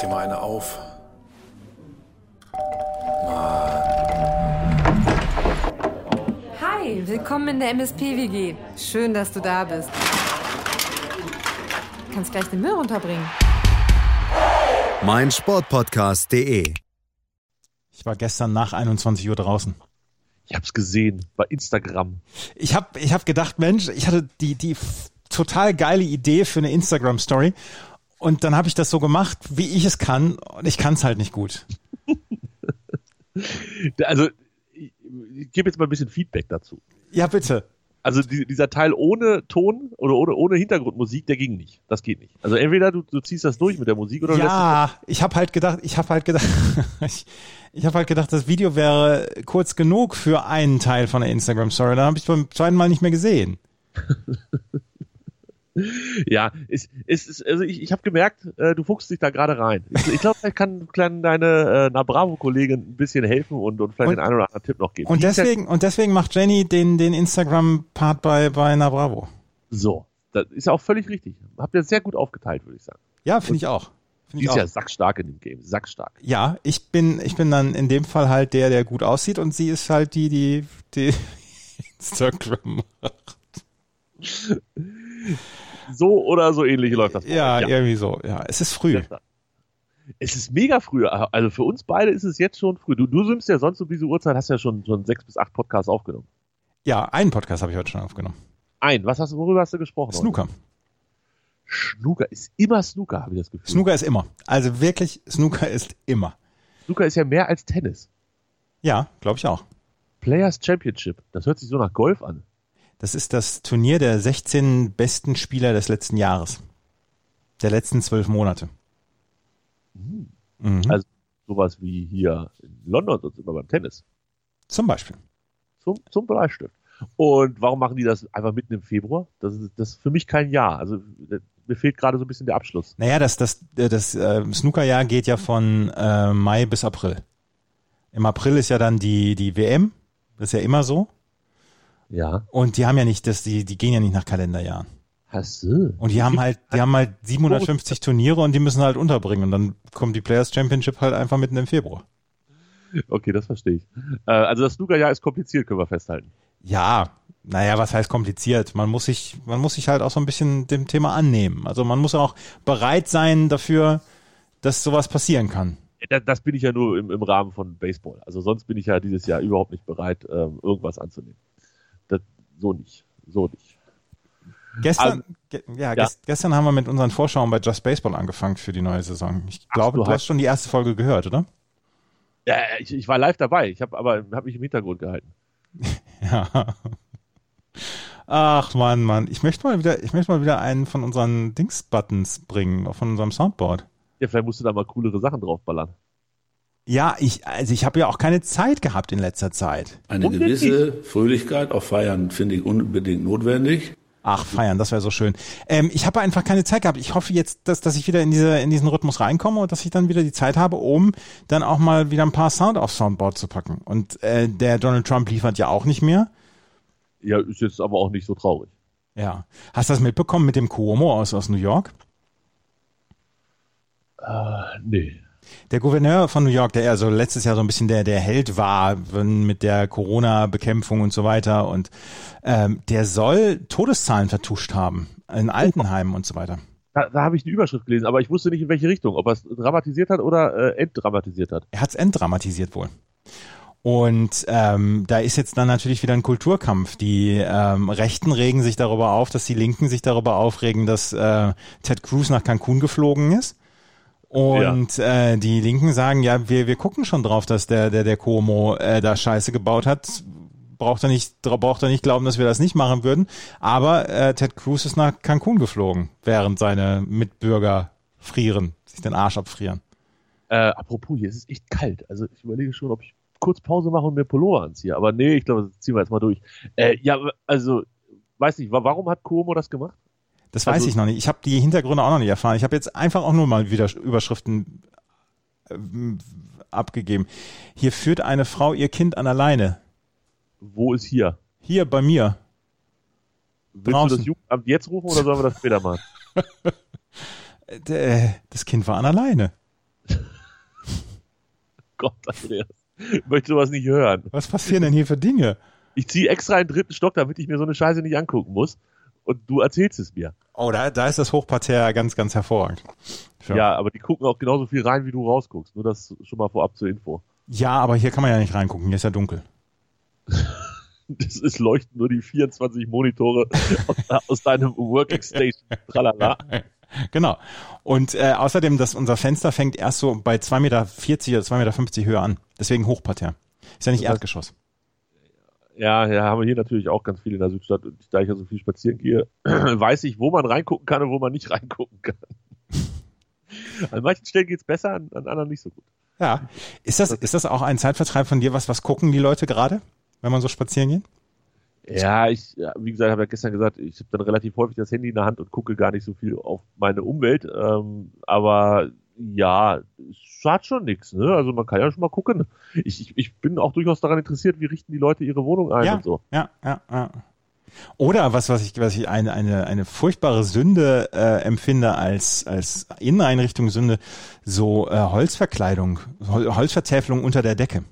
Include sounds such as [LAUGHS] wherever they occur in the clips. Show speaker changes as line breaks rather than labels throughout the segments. dir mal eine auf.
Hi, willkommen in der MSP-WG. Schön, dass du da bist. Du kannst gleich den Müll runterbringen.
mein Sportpodcast.de.
Ich war gestern nach 21 Uhr draußen.
Ich hab's gesehen bei Instagram.
Ich habe ich hab gedacht, Mensch, ich hatte die, die f- total geile Idee für eine Instagram-Story. Und dann habe ich das so gemacht, wie ich es kann. Und ich kann es halt nicht gut.
Also, ich, ich gebe jetzt mal ein bisschen Feedback dazu.
Ja, bitte.
Also die, dieser Teil ohne Ton oder ohne, ohne Hintergrundmusik, der ging nicht. Das geht nicht. Also entweder du, du ziehst das durch mit der Musik oder du lässt
Ja, ich habe halt gedacht, ich habe halt gedacht, [LAUGHS] ich, ich habe halt gedacht, das Video wäre kurz genug für einen Teil von der Instagram-Story. Dann habe ich beim zweiten Mal nicht mehr gesehen.
es, ja es, es, ist- also ich, ich habe gemerkt, äh, du fuchst dich da gerade rein. Ich, ich glaube, vielleicht kann, kann deine äh, Na Bravo Kollegin ein bisschen helfen und, und vielleicht
Und-
den einen oder anderen Tipp noch geben.
Und
Die ist ja-
deswegen, und deswegen macht Jenny den, den Instagram-Part bei, bei Na Bravo.
so, das ist ja auch völlig richtig. Habt ihr sehr gut aufgeteilt, würde ich sagen.
Ja, finde ich auch. Find
Die
ich
ist
auch.
ja sackstark in dem Game, sackstark.
Ja, ich bin, ich bin dann in dem Fall halt der, der gut aussieht und sie ist halt die, die, die [LAUGHS] Instagram.
So oder so ähnlich läuft das.
Ja,
Programm.
irgendwie so. Ja, es ist früh.
Sehr stark. Es ist mega früh. Also für uns beide ist es jetzt schon früh. Du, du simmst ja sonst um diese Uhrzeit, hast ja schon, schon sechs bis acht Podcasts aufgenommen.
Ja, einen Podcast habe ich heute schon aufgenommen.
Ein, was hast du, worüber hast du
Oh,
gesprochen? heute?
Snooker.
Snooker ist immer Snooker, habe ich das Gefühl.
Snooker ist immer. Also wirklich, Snooker ist immer.
Snooker ist ja mehr als Tennis.
Ja, glaube ich auch.
Players Championship, das hört sich so nach Golf an.
Das ist das Turnier der 16 besten Spieler des letzten Jahres. Der letzten zwölf Monate. Mhm.
Also- Sowas wie hier in London sonst immer beim Tennis.
Zum Beispiel.
Zum, zum Bleistift. Und warum machen die das einfach mitten im Februar? Das ist, das ist für mich kein Jahr. Also mir fehlt gerade so ein bisschen der Abschluss.
Naja, das, das, äh, das äh, Snookerjahr geht ja von äh, Mai bis April. Im April ist ja dann die, die WM, das ist ja immer so.
Ja.
Und die haben ja nicht, das, die, die gehen ja nicht nach Kalenderjahren.
Hast du?
Und die haben halt, die haben halt 750 Turniere und die müssen halt unterbringen. Und dann kommt die Players Championship halt einfach mitten im Februar.
Okay, das verstehe ich. Äh, also das Snooker-Jahr ist kompliziert, können wir festhalten.
Ja, naja, was heißt kompliziert? Man muss sich, man muss sich halt auch so ein bisschen dem Thema annehmen. Also man muss auch bereit sein dafür, dass sowas passieren kann.
Das, das bin ich ja nur im, im Rahmen von Baseball. Also sonst bin ich ja dieses Jahr überhaupt nicht bereit, ähm, irgendwas anzunehmen. Das, so nicht. So nicht.
Gestern, ge ja,
Also, ja.
Gest, gestern haben wir mit unseren Vorschauen bei Just Baseball angefangen für die neue Saison. Ich glaube,
du
du
hast-
hast schon die erste Folge gehört, oder? [LAUGHS]
Ja, ich, ich war live dabei, ich habe aber hab mich im Hintergrund gehalten.
Ja. Ach Mann, Mann. Ich möchte mal wieder, ich möchte mal wieder einen von unseren Dings-Buttons bringen, von unserem Soundboard.
Ja, vielleicht musst du da mal coolere Sachen draufballern.
Ja, ich, also ich habe ja auch keine Zeit gehabt in letzter Zeit.
Eine
Unbedingt.
gewisse Fröhlichkeit auf Feiern finde ich unbedingt notwendig.
Ach, feiern, das wäre so schön. Ähm, ich habe einfach keine Zeit gehabt. Ich hoffe jetzt, dass, dass ich wieder in, diese, in diesen Rhythmus reinkomme und dass ich dann wieder die Zeit habe, um dann auch mal wieder ein paar Sound auf Soundboard zu packen. Und äh, der Donald Trump liefert ja auch nicht mehr.
Ja, ist jetzt aber auch nicht so traurig.
Ja. Hast du das mitbekommen mit dem Cuomo aus, aus New York?
Nee.
Der Gouverneur von New York, der ja so letztes Jahr so ein bisschen der, der Held war wenn, mit der Corona-Bekämpfung und so weiter. Und ähm, der soll Todeszahlen vertuscht haben in Altenheimen und so weiter.
Da, da habe ich eine Überschrift gelesen, aber ich wusste nicht, in welche Richtung. Ob er es dramatisiert hat oder äh, entdramatisiert hat.
Er hat es entdramatisiert wohl. Und ähm, da ist jetzt dann natürlich wieder ein Kulturkampf. Die ähm, Rechten regen sich darüber auf, dass die Linken sich darüber aufregen, dass äh, Ted Cruz nach Cancun geflogen ist. Und äh, die Linken sagen, ja, wir, wir gucken schon drauf, dass der, der, der Como äh, da Scheiße gebaut hat. Braucht er nicht, dra- braucht er nicht glauben, dass wir das nicht machen würden. Aber äh, Ted Cruz ist nach Cancun geflogen, während seine Mitbürger frieren, sich den Arsch abfrieren.
Äh, apropos, hier ist es echt kalt. Also ich überlege schon, ob ich kurz Pause mache und mir Pullover anziehe. Aber nee, ich glaube, das ziehen wir jetzt mal durch. Äh, ja, also weiß nicht, wa- warum hat Cuomo das gemacht?
Das weiß
Also-
ich noch nicht. Ich habe die Hintergründe auch noch nicht erfahren. Ich habe jetzt einfach auch nur mal wieder Überschriften ähm, abgegeben. Hier führt eine Frau ihr Kind an alleine.
Wo ist hier?
Hier bei mir.
Willst
Draußen.
du das Jugendamt jetzt rufen oder sollen wir das später machen?
Äh, Das Kind war an alleine.
Gott, Andreas. Ich möchte sowas nicht hören.
Was passieren denn hier für Dinge?
Ich ziehe extra einen dritten Stock, damit ich mir so eine Scheiße nicht angucken muss. Und du erzählst es mir.
Oh, da, da ist das Hochparterre ganz, ganz hervorragend.
Ja. aber die gucken auch genauso viel rein, wie du rausguckst. Nur das schon mal vorab zur Info.
Ja, aber hier kann man ja nicht reingucken, hier ist ja dunkel.
Das ist leuchten nur die 24 Monitore [LAUGHS] aus, aus deinem Working Station. Tralala.
[LAUGHS] Genau. Und äh, außerdem, dass unser Fenster fängt erst so bei 2,40 Meter oder 2,50 Meter Höhe an. Deswegen Hochparterre. Ist ja nicht Erdgeschoss.
Ja, ja, haben wir hier natürlich auch ganz viel in der Südstadt. Und da ich ja so viel spazieren gehe, [CLEARS THROAT] weiß ich, wo man reingucken kann und wo man nicht [LAUGHS] reingucken kann. An manchen Stellen geht's besser, an, an anderen nicht so gut.
Ja. Ist das, ist das auch ein Zeitvertreib von dir? Was, was gucken die Leute gerade, wenn man so spazieren geht?
Ja, ich, ja, wie gesagt, habe ja gestern gesagt, ich habe dann relativ häufig das Handy in der Hand und gucke gar nicht so viel auf meine Umwelt. Ähm, aber ja, es schadet schon nichts. Ne? Also man kann ja schon mal gucken. Ich, ich, ich bin auch durchaus daran interessiert, wie richten die Leute ihre Wohnung ein und so.
Ja, ja, ja. Oder was, was ich, was ich eine, eine, eine furchtbare Sünde äh, empfinde als, als Inneneinrichtungssünde, so äh, Holzverkleidung, Hol Holzvertäfelung unter der Decke.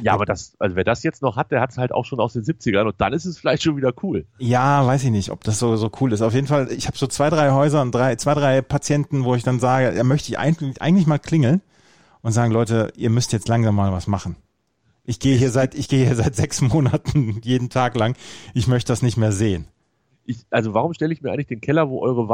Ja, aber das, also wer das jetzt noch hat, der hat's halt auch schon aus den 70ern und dann ist es vielleicht schon wieder cool.
Ja, weiß ich nicht, ob das so, so cool ist. Auf jeden Fall, ich habe so zwei, drei Häuser und drei, zwei, drei Patienten, wo ich dann sage, da möchte ich eigentlich, eigentlich mal klingeln und sagen, Leute, ihr müsst jetzt langsam mal was machen. Ich gehe hier seit, ich gehe hier seit [LAUGHS] sechs Monaten jeden Tag lang. Ich möchte das nicht mehr sehen.
Ich, also warum stelle ich mir eigentlich den Keller, wo eure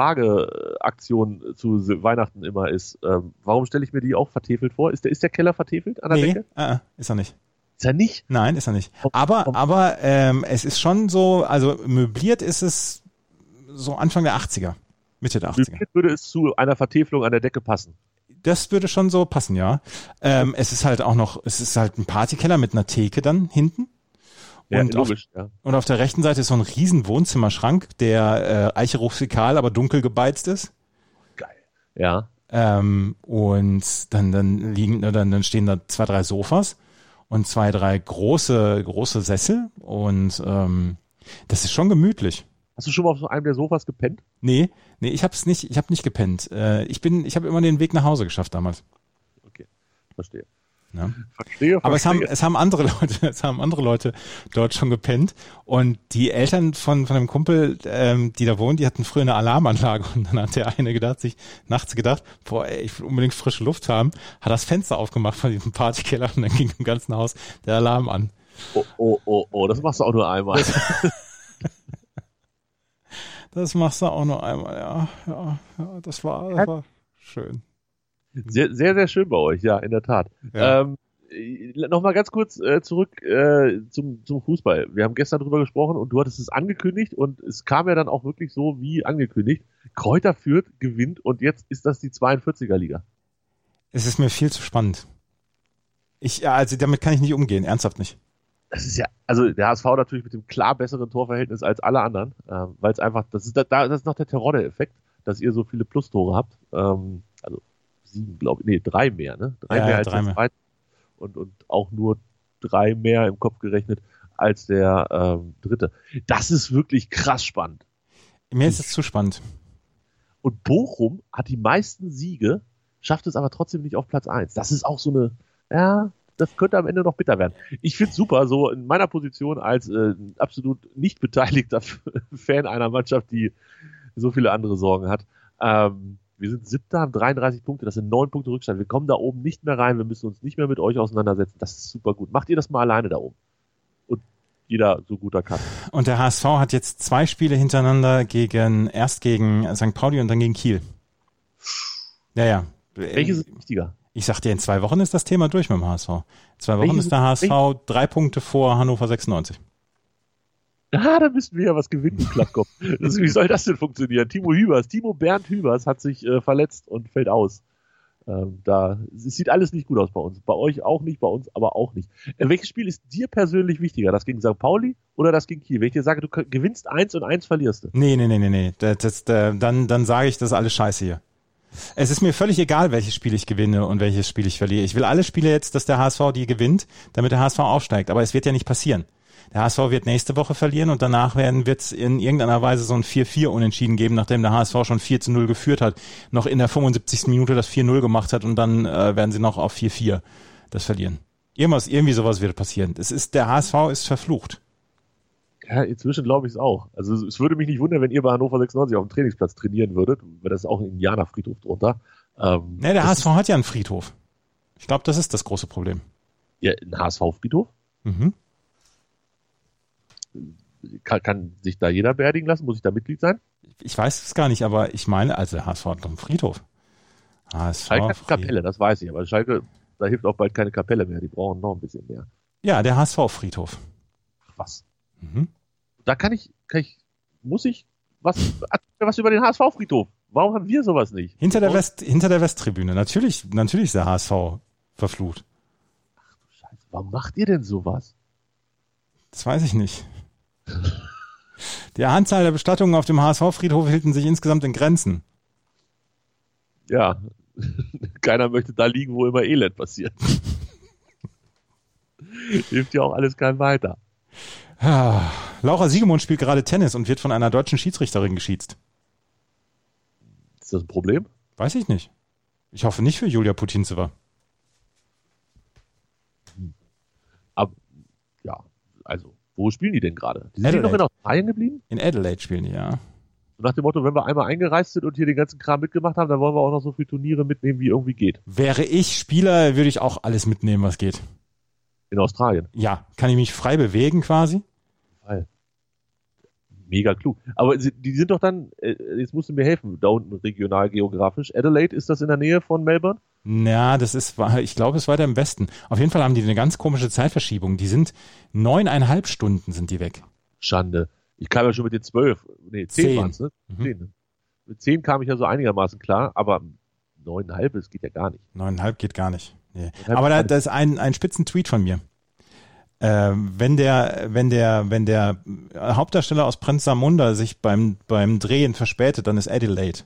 Waageaktion zu Sil- Weihnachten immer ist, ähm, warum stelle ich mir die auch vertefelt vor? Ist der, ist der Keller vertefelt an der
Nee,
Decke?
äh, äh, ist er nicht.
Ist er nicht.
Nein, ist er nicht. Aber, aber ähm, es ist schon so, also möbliert ist es so Anfang der 80er, Mitte der 80er.
Möbliert würde es zu einer Vertäfelung an der Decke passen.
Das würde schon so passen, ja. Ähm, es ist halt auch noch, es ist halt ein Partykeller mit einer Theke dann hinten. Und, auf,
logisch, ja.
und auf der rechten Seite ist so ein riesen Wohnzimmerschrank, der äh, eicheruchfikal, aber dunkel gebeizt ist.
Ja.
Ähm, und dann, dann liegen, äh, dann, dann stehen da zwei, drei Sofas und zwei, drei große, große Sessel. Und ähm, das ist schon gemütlich.
Hast du schon mal auf so einem der Sofas gepennt?
Nee, nee, ich hab's nicht, ich hab nicht gepennt. Äh, ich bin, ich habe immer den Weg nach Hause geschafft damals. ne?
Verstehe.
Ja.
Verstehe, verstehe.
Aber es haben, es haben andere [LAUGHS] Leute, es haben andere Leute dort schon gepennt. Und die Eltern von, von einem Kumpel, ähm, die da wohnen, die hatten früher eine Alarmanlage und dann hat der eine gedacht, sich nachts gedacht, boah, ey, ich will unbedingt frische Luft haben, hat das Fenster aufgemacht von diesem Partykeller und dann ging im ganzen Haus der Alarm an.
oh, oh, oh, oh, das machst du auch nur einmal.
Das machst du auch noch einmal, ja, ja, ja das war, das war schön.
Sehr, sehr, sehr schön bei euch, ja, in der Tat.
Ja.
Ähm, Nochmal ganz kurz äh, zurück äh, zum, zum Fußball. Wir haben gestern drüber gesprochen und du hattest es angekündigt und es kam ja dann auch wirklich so wie angekündigt. Kräuter führt, gewinnt und jetzt ist das die 42er Liga.
Es ist mir viel zu spannend. Ich, ja, also damit kann ich nicht umgehen, ernsthaft nicht.
Das ist ja, also der HSV natürlich mit dem klar besseren Torverhältnis als alle anderen, ähm, weil es einfach, das ist, da, da- das ist noch der Terodde-Effekt, dass ihr so viele Plus-Tore habt. Ähm, also sieben, glaube ich, nee, drei mehr, ne? Drei
Ja,
mehr
ja,
als
drei
der
mehr.
zweite. Und, und auch nur drei mehr im Kopf gerechnet als der ähm, dritte. Das ist wirklich krass spannend.
Mir ist es zu spannend.
Und Bochum hat die meisten Siege, schafft es aber trotzdem nicht auf Platz 1. Das ist auch so eine, ja, das könnte am Ende noch bitter werden. Ich finde super, so in meiner Position als äh, absolut nicht beteiligter [LAUGHS] Fan einer Mannschaft, die so viele andere Sorgen hat. Ähm, wir sind siebter, haben 33 Punkte, das sind neun Punkte Rückstand. Wir kommen da oben nicht mehr rein, wir müssen uns nicht mehr mit euch auseinandersetzen. Das ist super gut. Macht ihr das mal alleine da oben. Und jeder so gut er kann.
Und der HSV hat jetzt zwei Spiele hintereinander gegen, erst gegen St. Pauli und dann gegen Kiel. Ja, ja.
Welches ist wichtiger?
Ich sag dir, in zwei Wochen ist das Thema durch mit dem HSV. In zwei Wochen
Welches-
ist der HSV drei Punkte vor Hannover 96.
Ah, da müssten wir ja was gewinnen, du Klappkopf. Das, wie soll das denn funktionieren? Timo Hübers, Timo Bernd Hübers hat sich äh, verletzt und fällt aus. Ähm, da es sieht alles nicht gut aus bei uns. Bei euch auch nicht, bei uns aber auch nicht. Äh, welches Spiel ist dir persönlich wichtiger? Das gegen St. Pauli oder das gegen Kiel? Wenn ich dir sage, du k- gewinnst eins und eins verlierst du.
Nee, nee, nee, nee, nee. Das, das, äh, dann dann sage ich, das ist alles scheiße hier. Es ist mir völlig egal, welches Spiel ich gewinne und welches Spiel ich verliere. Ich will alle Spiele jetzt, dass der HSV die gewinnt, damit der HSV aufsteigt. Aber es wird ja nicht passieren. Der HSV wird nächste Woche verlieren und danach werden wird es in irgendeiner Weise so ein 4-4 unentschieden geben, nachdem der HSV schon 4 0 geführt hat, noch in der 75. Minute das 4-0 gemacht hat und dann äh, werden sie noch auf 4-4 das verlieren. Irgendwas, irgendwie sowas wird passieren. Es ist, der HSV ist verflucht.
Ja, inzwischen glaube ich es auch. Also es- es würde mich nicht wundern, wenn ihr bei Hannover 96 auf dem Trainingsplatz trainieren würdet, weil das ist auch ein Indianerfriedhof drunter. Ähm,
Ne, der
das
HSV hat ja einen Friedhof. Ich glaube, das ist das große Problem.
ist- Ja, ein HSV-Friedhof?
Mhm.
Kann, kann sich da jeder beerdigen lassen? Muss ich da Mitglied sein?
Ich weiß es gar nicht, aber ich meine, also der HSV hat doch einen Friedhof. HSV.
Schalke hat
Fried-
Kapelle, das weiß ich, aber Schalke, da hilft auch bald keine Kapelle mehr, die brauchen noch ein bisschen mehr.
Ja, der HSV-Friedhof.
Ach, Was?
Mhm.
Da kann ich, kann ich, muss ich was, erzähl mir was über den HSV-Friedhof? Warum haben wir sowas nicht?
Hinter, der
Warum-
West, hinter der Westtribüne. Natürlich, natürlich ist der HSV verflucht.
Scheiße, warum macht ihr denn sowas?
Das weiß ich nicht. Die Anzahl der Bestattungen auf dem HSV-Friedhof hielten sich insgesamt in Grenzen.
Ja, [LAUGHS] keiner möchte da liegen, wo immer Elend passiert. [LAUGHS] Hilft ja auch alles kein weiter.
Ah. Laura Siegemund spielt gerade Tennis und wird von einer deutschen Schiedsrichterin geschiedst.
Ist das ein Problem?
Weiß ich nicht. Ich hoffe nicht für Julia Putinzewa.
Aber, ja, also, wo spielen die denn gerade? Die sind die noch in
Adelaide.
Australien geblieben?
In Adelaide spielen die, ja.
So nach dem Motto, wenn wir einmal eingereist sind und hier den ganzen Kram mitgemacht haben, dann wollen wir auch noch so viele Turniere mitnehmen, wie irgendwie geht.
Wäre ich Spieler, würde ich auch alles mitnehmen, was geht.
In Australien.
Ja, kann ich mich frei bewegen quasi?
Mega klug. Aber sie- die sind doch dann, äh, jetzt musst du mir helfen, da unten regional geografisch. Adelaide, ist das in der Nähe von Melbourne?
Na, das ist, wa- ich glaube, es ist weiter im Westen. Auf jeden Fall haben die eine ganz komische Zeitverschiebung. Die sind neuneinhalb Stunden sind die weg.
Schande. Ich kam ja schon mit den zwölf, nee, zehn
Zehn.
waren ne?
Mhm.
Zehn. ne? Mit zehn kam ich ja so einigermaßen klar, aber neuneinhalb, das geht ja gar nicht.
Neuneinhalb geht gar nicht. Nee.
Neuneinhalb
Aber da,
kann ich-
da ist ein, ein spitzen Tweet von mir. Ähm, wenn der, wenn der, wenn der Hauptdarsteller aus Prinz Samunda sich beim, beim Drehen verspätet, dann ist Adelaide.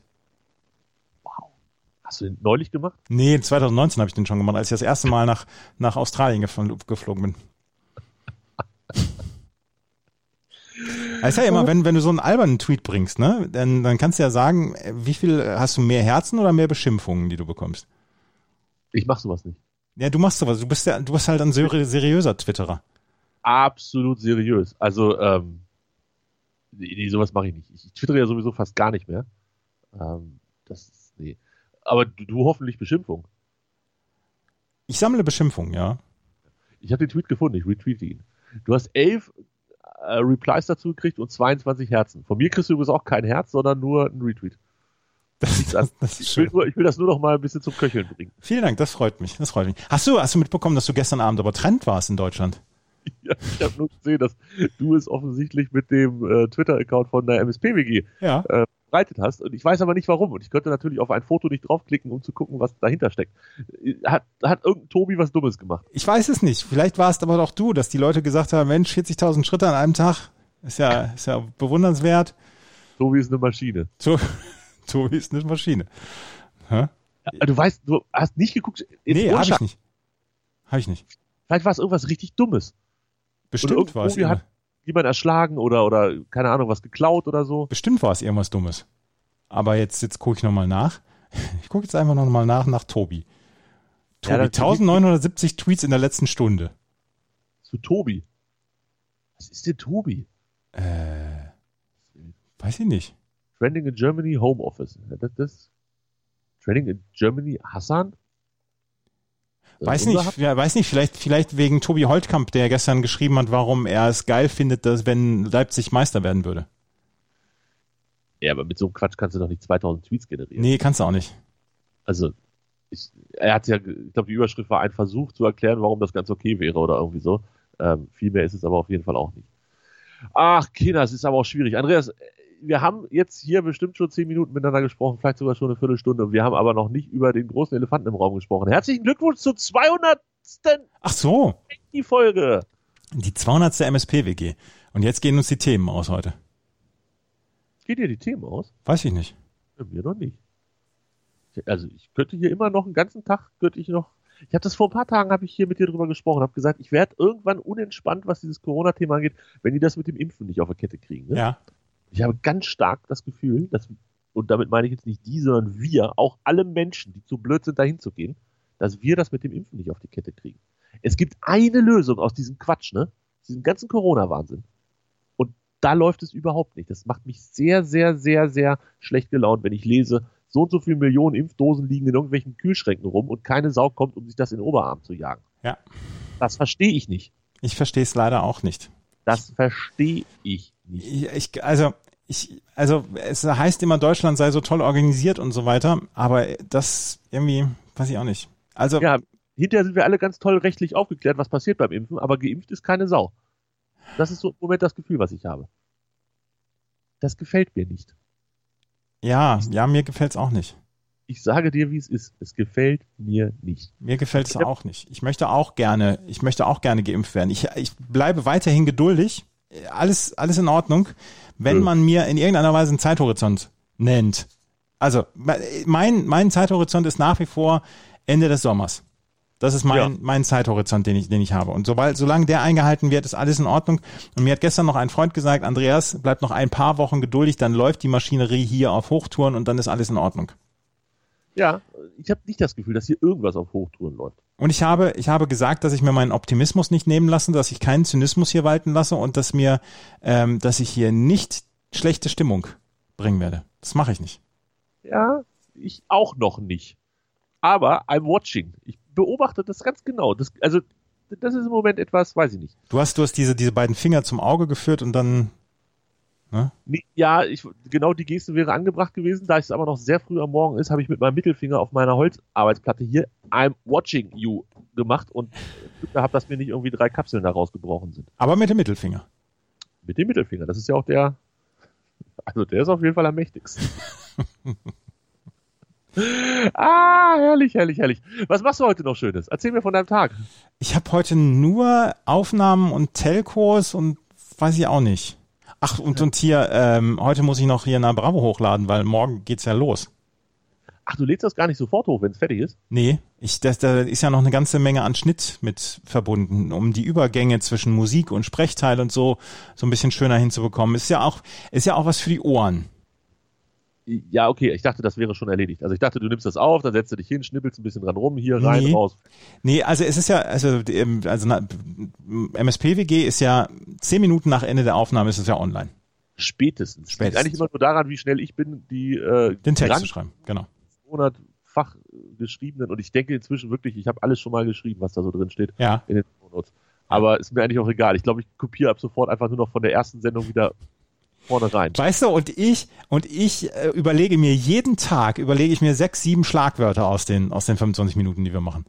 Hast du den neulich gemacht?
Nee, 2019 habe ich den schon gemacht, als ich das erste Mal nach, nach Australien gefl geflogen [LAUGHS] bin. Das ist Also ja immer, wenn, wenn du so einen albernen Tweet bringst, ne, dann, dann kannst du ja sagen, äh, wie viel äh, hast du mehr Herzen oder mehr Beschimpfungen, die du bekommst?
Ich mach sowas nicht.
Ja, du machst sowas. Du bist ja, du bist halt ein seri seriöser Twitterer.
Absolut seriös. Also, ähm, nee, nee, sowas mache ich nicht. Ich twittere ja sowieso fast gar nicht mehr. Ähm, das ist, nee. Aber du, du hoffentlich Beschimpfung.
Ich sammle Beschimpfungen, ja. [LAUGHS]
Ich habe den Tweet gefunden, ich retweete ihn. Du hast elf äh, Replies dazu gekriegt und 22 Herzen. Von mir kriegst du übrigens auch kein Herz, sondern nur ein Retweet.
Das, das, das ist
Ich will,
schön.
nur, ich will das nur noch mal ein bisschen zum Köcheln bringen.
Vielen Dank, das freut mich. Das freut mich. Hast du, hast du mitbekommen, dass du gestern Abend aber Trend warst in Deutschland?
Ja, ich habe nur gesehen, dass du es offensichtlich mit dem äh, Twitter-Account von der MSPWG
Ja.
verbreitet hast. Und ich weiß aber nicht warum. Und ich könnte natürlich auf ein Foto nicht draufklicken, um zu gucken, was dahinter steckt. Äh, Hat, hat irgendein Tobi was Dummes gemacht?
Ich weiß es nicht. Vielleicht war es aber auch du, dass die Leute gesagt haben, Mensch, 40.000 Schritte an einem Tag ist ja, ist ja bewundernswert.
Tobi ist eine Maschine.
[LAUGHS] To- Tobi ist eine Maschine.
Ja, Also du weißt, du hast nicht geguckt. Jetzt
nee, habe ich
Urschlag.
nicht. Habe ich nicht.
Vielleicht war es irgendwas richtig Dummes.
Bestimmt
irgendwo
war es
hat-
irgendwas-
Jemand erschlagen oder, oder keine Ahnung, was geklaut oder so.
bestimmt war es irgendwas Dummes. Aber jetzt, jetzt gucke ich nochmal nach. Ich gucke jetzt einfach nochmal nach nach Tobi.
Ja,
Tobi,
das-
1970 Tweets in der letzten Stunde.
Zu Tobi. Was ist denn Tobi?
Äh, weiß ich nicht.
Trending in Germany Home Office. Ja, Das, das Trending in Germany Hassan? Das
Weiß
ist unser
nicht, ja, weiß nicht, vielleicht, vielleicht wegen Tobi Holtkamp, der gestern geschrieben hat, warum er es geil findet, dass wenn Leipzig Meister werden würde.
Ja, aber mit so einem Quatsch kannst du doch nicht 2000 Tweets generieren.
Nee, kannst du auch nicht.
Also, ich, er hat ja, ge- ich glaube, die Überschrift war ein Versuch zu erklären, warum das ganz okay wäre oder irgendwie so. Ähm, viel mehr ist es aber auf jeden Fall auch nicht. Ach, Kinder, es ist aber auch schwierig. Andreas, äh, wir haben jetzt hier bestimmt schon zehn Minuten miteinander gesprochen, vielleicht sogar schon eine Viertelstunde. Wir haben aber noch nicht über den großen Elefanten im Raum gesprochen. Herzlichen Glückwunsch zur 200.
Ach so,
Folge.
die 200. MSP-WG. Und jetzt gehen uns die Themen aus heute.
Geht dir die Themen aus?
Weiß ich nicht.
Äh, Ja, Mir noch nicht. Also ich könnte hier immer noch einen ganzen Tag, könnte ich noch. Ich habe das vor ein paar Tagen, habe ich hier mit dir drüber gesprochen, habe gesagt, ich werde irgendwann unentspannt, was dieses Corona-Thema angeht, wenn die das mit dem Impfen nicht auf der Kette kriegen. Ne?
Ja.
Ich habe ganz stark das Gefühl, dass, und damit meine ich jetzt nicht die, sondern wir, auch alle Menschen, die zu blöd sind, dahin zu gehen, dass wir das mit dem Impfen nicht auf die Kette kriegen. Es gibt eine Lösung aus diesem Quatsch, ne? Aus diesem ganzen Corona-Wahnsinn. Und da läuft es überhaupt nicht. Das macht mich sehr, sehr, sehr, sehr schlecht gelaunt, wenn ich lese, so und so viele Millionen Impfdosen liegen in irgendwelchen Kühlschränken rum und keine Sau kommt, um sich das in den Oberarm zu jagen.
Ja.
Das verstehe ich nicht.
Ich verstehe es leider auch nicht.
Das verstehe ich nicht.
Ich, ich, also, ich, also es heißt immer, Deutschland sei so toll organisiert und so weiter, aber das irgendwie, weiß ich auch nicht. Also,
Ja, hinterher sind wir alle ganz toll rechtlich aufgeklärt, was passiert beim Impfen, aber geimpft ist keine Sau. Das ist so im Moment das Gefühl, was ich habe. Das gefällt mir nicht.
ja, ja, mir gefällt es auch nicht.
Ich sage dir, wie es ist. Es gefällt mir nicht.
Mir gefällt es auch nicht. Ich möchte auch gerne, ich möchte auch gerne geimpft werden. Ich, ich bleibe weiterhin geduldig. Alles, alles in Ordnung, wenn
Hm.
man mir in irgendeiner Weise einen Zeithorizont nennt. Also mein, mein Zeithorizont ist nach wie vor Ende des Sommers. Das ist mein,
Ja.
mein Zeithorizont, den ich, den ich habe. Und sobald, solange der eingehalten wird, ist alles in Ordnung. Und mir hat gestern noch ein Freund gesagt, Andreas, bleib noch ein paar Wochen geduldig, dann läuft die Maschinerie hier auf Hochtouren und dann ist alles in Ordnung.
Ja, ich habe nicht das Gefühl, dass hier irgendwas auf Hochtouren läuft.
Und ich habe, ich habe gesagt, dass ich mir meinen Optimismus nicht nehmen lasse, dass ich keinen Zynismus hier walten lasse und dass mir, ähm, dass ich hier nicht schlechte Stimmung bringen werde. Das mache ich nicht.
Ja, ich auch noch nicht. Aber I'm watching. Ich beobachte das ganz genau. Das, also, das ist im Moment etwas, weiß ich nicht.
Du hast, du hast diese, diese beiden Finger zum Auge geführt und dann,
Nee, Ja, ich, genau die Geste wäre angebracht gewesen. Da es aber noch sehr früh am Morgen ist, habe ich mit meinem Mittelfinger auf meiner Holzarbeitsplatte hier I'm watching you gemacht und Glück gehabt, dass mir nicht irgendwie drei Kapseln daraus gebrochen sind.
aber mit dem Mittelfinger.
Mit dem Mittelfinger. Das ist ja auch der. Also der ist auf jeden Fall am mächtigsten. ah, herrlich, herrlich, herrlich. Was machst du heute noch Schönes? Erzähl mir von deinem Tag.
Ich habe heute nur Aufnahmen und Telcos und weiß ich auch nicht. Ach, und, und hier, ähm, heute muss ich noch hier nach Bravo hochladen, weil morgen geht's ja los.
Ach, du lädst das gar nicht sofort hoch, wenn es fertig ist.
Nee, ich, das, da ist ja noch eine ganze Menge an Schnitt mit verbunden, um die Übergänge zwischen Musik und Sprechteil und so so ein bisschen schöner hinzubekommen. Ist ja auch, ist ja auch was für die Ohren.
Ja, okay, ich dachte, das wäre schon erledigt. Also ich dachte, du nimmst das auf, dann setzt du dich hin, schnippelst ein bisschen dran rum, hier rein,
Nee.
raus.
Nee, also es ist ja, also, die, ähm, also na, MSPWG ist ja zehn Minuten nach Ende der Aufnahme ist es ja online.
Spätestens.
Spätestens.
Liegt Eigentlich immer nur daran, wie schnell ich bin, die äh,
Den Text
Grand
zu schreiben, genau.
200-fach äh, geschriebenen und ich denke inzwischen wirklich, ich habe alles schon mal geschrieben, was da so drin steht
Ja.
in den Shownotes. Aber ist mir eigentlich auch egal. Ich glaube, ich kopiere ab sofort einfach nur noch von der ersten Sendung wieder vorne rein.
Weißt du, und ich, und ich äh, überlege mir jeden Tag, überlege ich mir sechs, sieben Schlagwörter aus den, aus den 25 Minuten, die wir machen.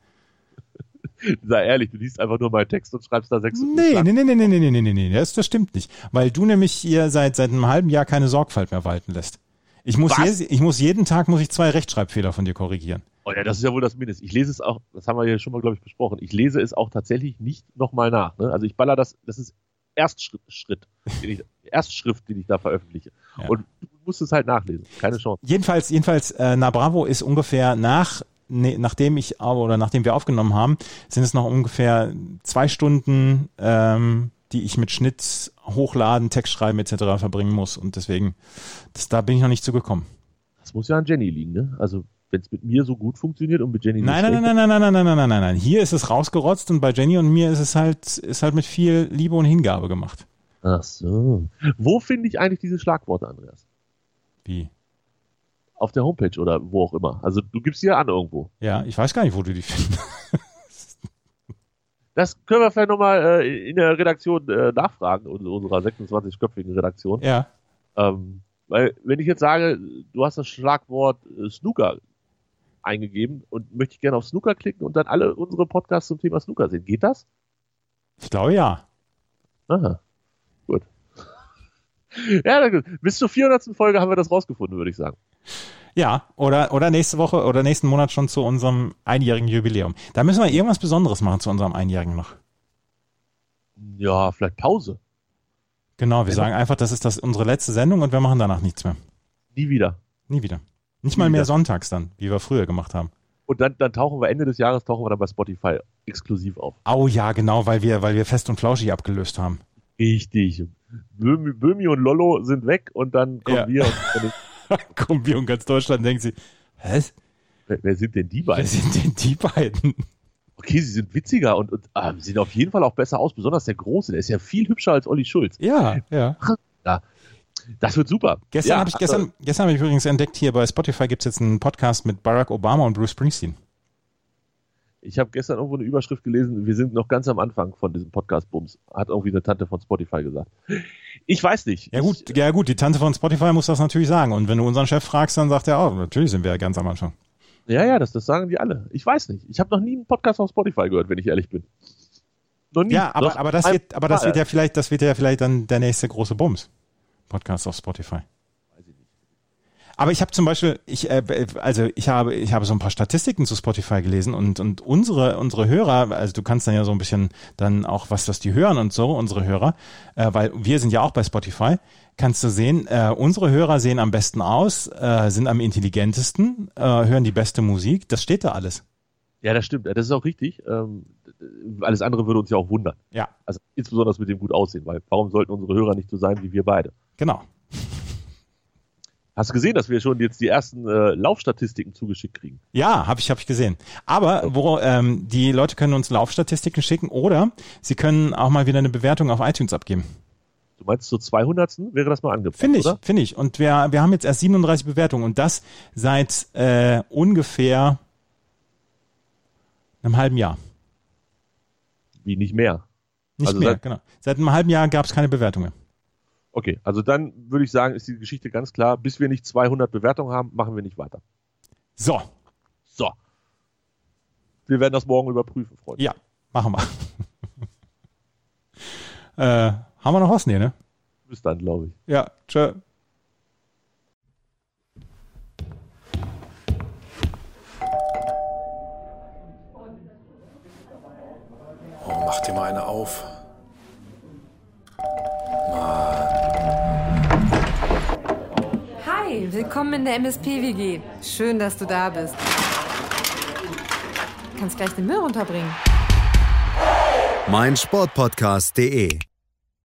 Sei ehrlich, du liest einfach nur meinen Text und schreibst da sechs
Nee, nee, nee, nee, nee, nee, nee, nee, nee, nee, das, das stimmt nicht. Weil du nämlich hier seit, seit einem halben Jahr keine Sorgfalt mehr walten lässt. Ich muss,
Was?
je, ich muss jeden Tag muss ich zwei Rechtschreibfehler von dir korrigieren.
Oh ja, das ist ja wohl das Mindeste. Ich lese es auch, das haben wir ja schon mal, glaube ich, besprochen. Ich lese es auch tatsächlich nicht nochmal nach. Ne? Also ich baller das, das ist Erstschritt, Schritt, den ich, Erstschrift, den ich da veröffentliche.
Ja.
Und du musst es halt nachlesen. Keine Chance.
Jedenfalls, jedenfalls, äh, Na Bravo ist ungefähr nach, nee, nachdem ich au- oder nachdem wir aufgenommen haben, sind es noch ungefähr zwei Stunden, ähm, die ich mit Schnitt, Hochladen, Text schreiben etc. verbringen muss. Und deswegen, das, da bin ich noch nicht zugekommen.
Das muss ja an Jenny liegen, ne? Also wenn es mit mir so gut funktioniert und mit Jenny
Nein,
nicht
nein, nein, nein, nein, nein, nein, nein, nein, nein, nein. Hier ist es rausgerotzt und bei Jenny und mir ist es halt, ist halt mit viel Liebe und Hingabe gemacht.
Ach so. Wo finde ich eigentlich diese Schlagworte, Andreas?
Wie?
Auf der Homepage oder wo auch immer. Also du gibst sie ja an irgendwo.
Ja, ich weiß gar nicht, wo du die findest. [LAUGHS]
Das können wir vielleicht nochmal äh, in der Redaktion äh, nachfragen, un- unserer 26-köpfigen Redaktion.
Ja.
Ähm, weil, wenn ich jetzt sage, du hast das Schlagwort äh, Snooker eingegeben und möchte ich gerne auf Snooker klicken und dann alle unsere Podcasts zum Thema Snooker sehen. Geht das?
Ich glaube ja.
Aha. Gut. ja, na gut. Bis zur 400. Folge haben wir das rausgefunden, würde ich sagen.
Ja, oder, oder nächste Woche oder nächsten Monat schon zu unserem einjährigen Jubiläum. Da müssen wir irgendwas Besonderes machen zu unserem einjährigen noch.
Ja, vielleicht Pause.
Genau, wir sagen einfach, das ist das, unsere letzte Sendung und wir machen danach nichts mehr.
Nie wieder.
Nie wieder. Nicht
Nie
mal mehr
wieder.
sonntags dann, wie wir früher gemacht haben.
Und dann, dann tauchen wir Ende des Jahres tauchen wir dann bei Spotify exklusiv auf.
Oh ja, genau, weil wir, weil wir fest und flauschig abgelöst [LAUGHS] haben.
Richtig. Böhmi, Böhmi und Lollo sind weg und dann kommen
Ja.
wir. Und,
Kommen wir und ganz Deutschland denkt sie, was?
wer, wer sind denn die
Wer
beiden?
sind denn die beiden?
Okay, sie sind witziger und, und ah, sehen auf jeden Fall auch besser aus. Besonders der Große, der ist ja viel hübscher als Olli Schulz.
Ja, ja.
Das wird super.
Gestern
Ja,
habe ich,
also,
gestern, gestern hab ich übrigens entdeckt, hier bei Spotify gibt's jetzt einen Podcast mit Barack Obama und Bruce Springsteen.
Ich habe gestern irgendwo eine Überschrift gelesen, wir sind noch ganz am Anfang von diesem Podcast-Bums. Hat irgendwie eine Tante von Spotify gesagt. Ich weiß nicht.
Ja gut, ja gut, die Tante von Spotify muss das natürlich sagen. Und wenn du unseren Chef fragst, dann sagt er, oh, natürlich sind wir ja ganz am Anfang.
Ich, ja, ja, das, das sagen die alle. Ich weiß nicht. Ich habe noch nie einen Podcast auf Spotify gehört, wenn ich ehrlich bin. Noch nie.
Ja, aber,
Doch,
aber das
ein-
wird, aber das
Ah,
wird ja vielleicht, das wird ja vielleicht dann der nächste große Bums. Podcast auf Spotify. Aber ich habe zum Beispiel, ich, äh, also ich habe, ich habe so ein paar Statistiken zu Spotify gelesen und, und unsere, unsere Hörer, also du kannst dann ja so ein bisschen dann auch, was das die hören und so, unsere Hörer, äh, weil wir sind ja auch bei Spotify, kannst du sehen, äh, unsere Hörer sehen am besten aus, äh, sind am intelligentesten, äh, hören die beste Musik, das steht da alles.
Ja, das stimmt. Das ist auch richtig. Ähm, alles andere würde uns ja auch wundern.
Ja,
Also insbesondere mit dem gut aussehen, weil warum sollten unsere Hörer nicht so sein wie wir beide?
genau.
Hast du gesehen, dass wir schon jetzt die ersten äh, Laufstatistiken zugeschickt kriegen?
Ja, habe ich, hab ich gesehen. Aber wo, ähm, die Leute können uns Laufstatistiken schicken oder sie können auch mal wieder eine Bewertung auf iTunes abgeben.
Du meinst zur 200. wäre das mal angepasst,
Finde ich,
oder?
finde ich. Und wir, wir haben jetzt erst 37 Bewertungen und das seit äh, ungefähr einem halben Jahr.
Wie nicht mehr.
Nicht
Also
mehr,
seit-
genau. Seit einem halben Jahr gab es keine Bewertung mehr.
Okay, also dann würde ich sagen, ist die Geschichte ganz klar. Bis wir nicht 200 Bewertungen haben, machen wir nicht weiter.
So,
So. Wir werden das morgen überprüfen, Freunde.
ja, machen wir. [LAUGHS] äh, haben wir noch was? Nee, ne?
Bis dann, glaube ich.
Ja, tschö.
Oh, mach dir mal eine auf. Mann.
Hi, willkommen in der MSP-WG. Schön, dass du da bist. Kannst gleich den Müll runterbringen.
meinsportpodcast.de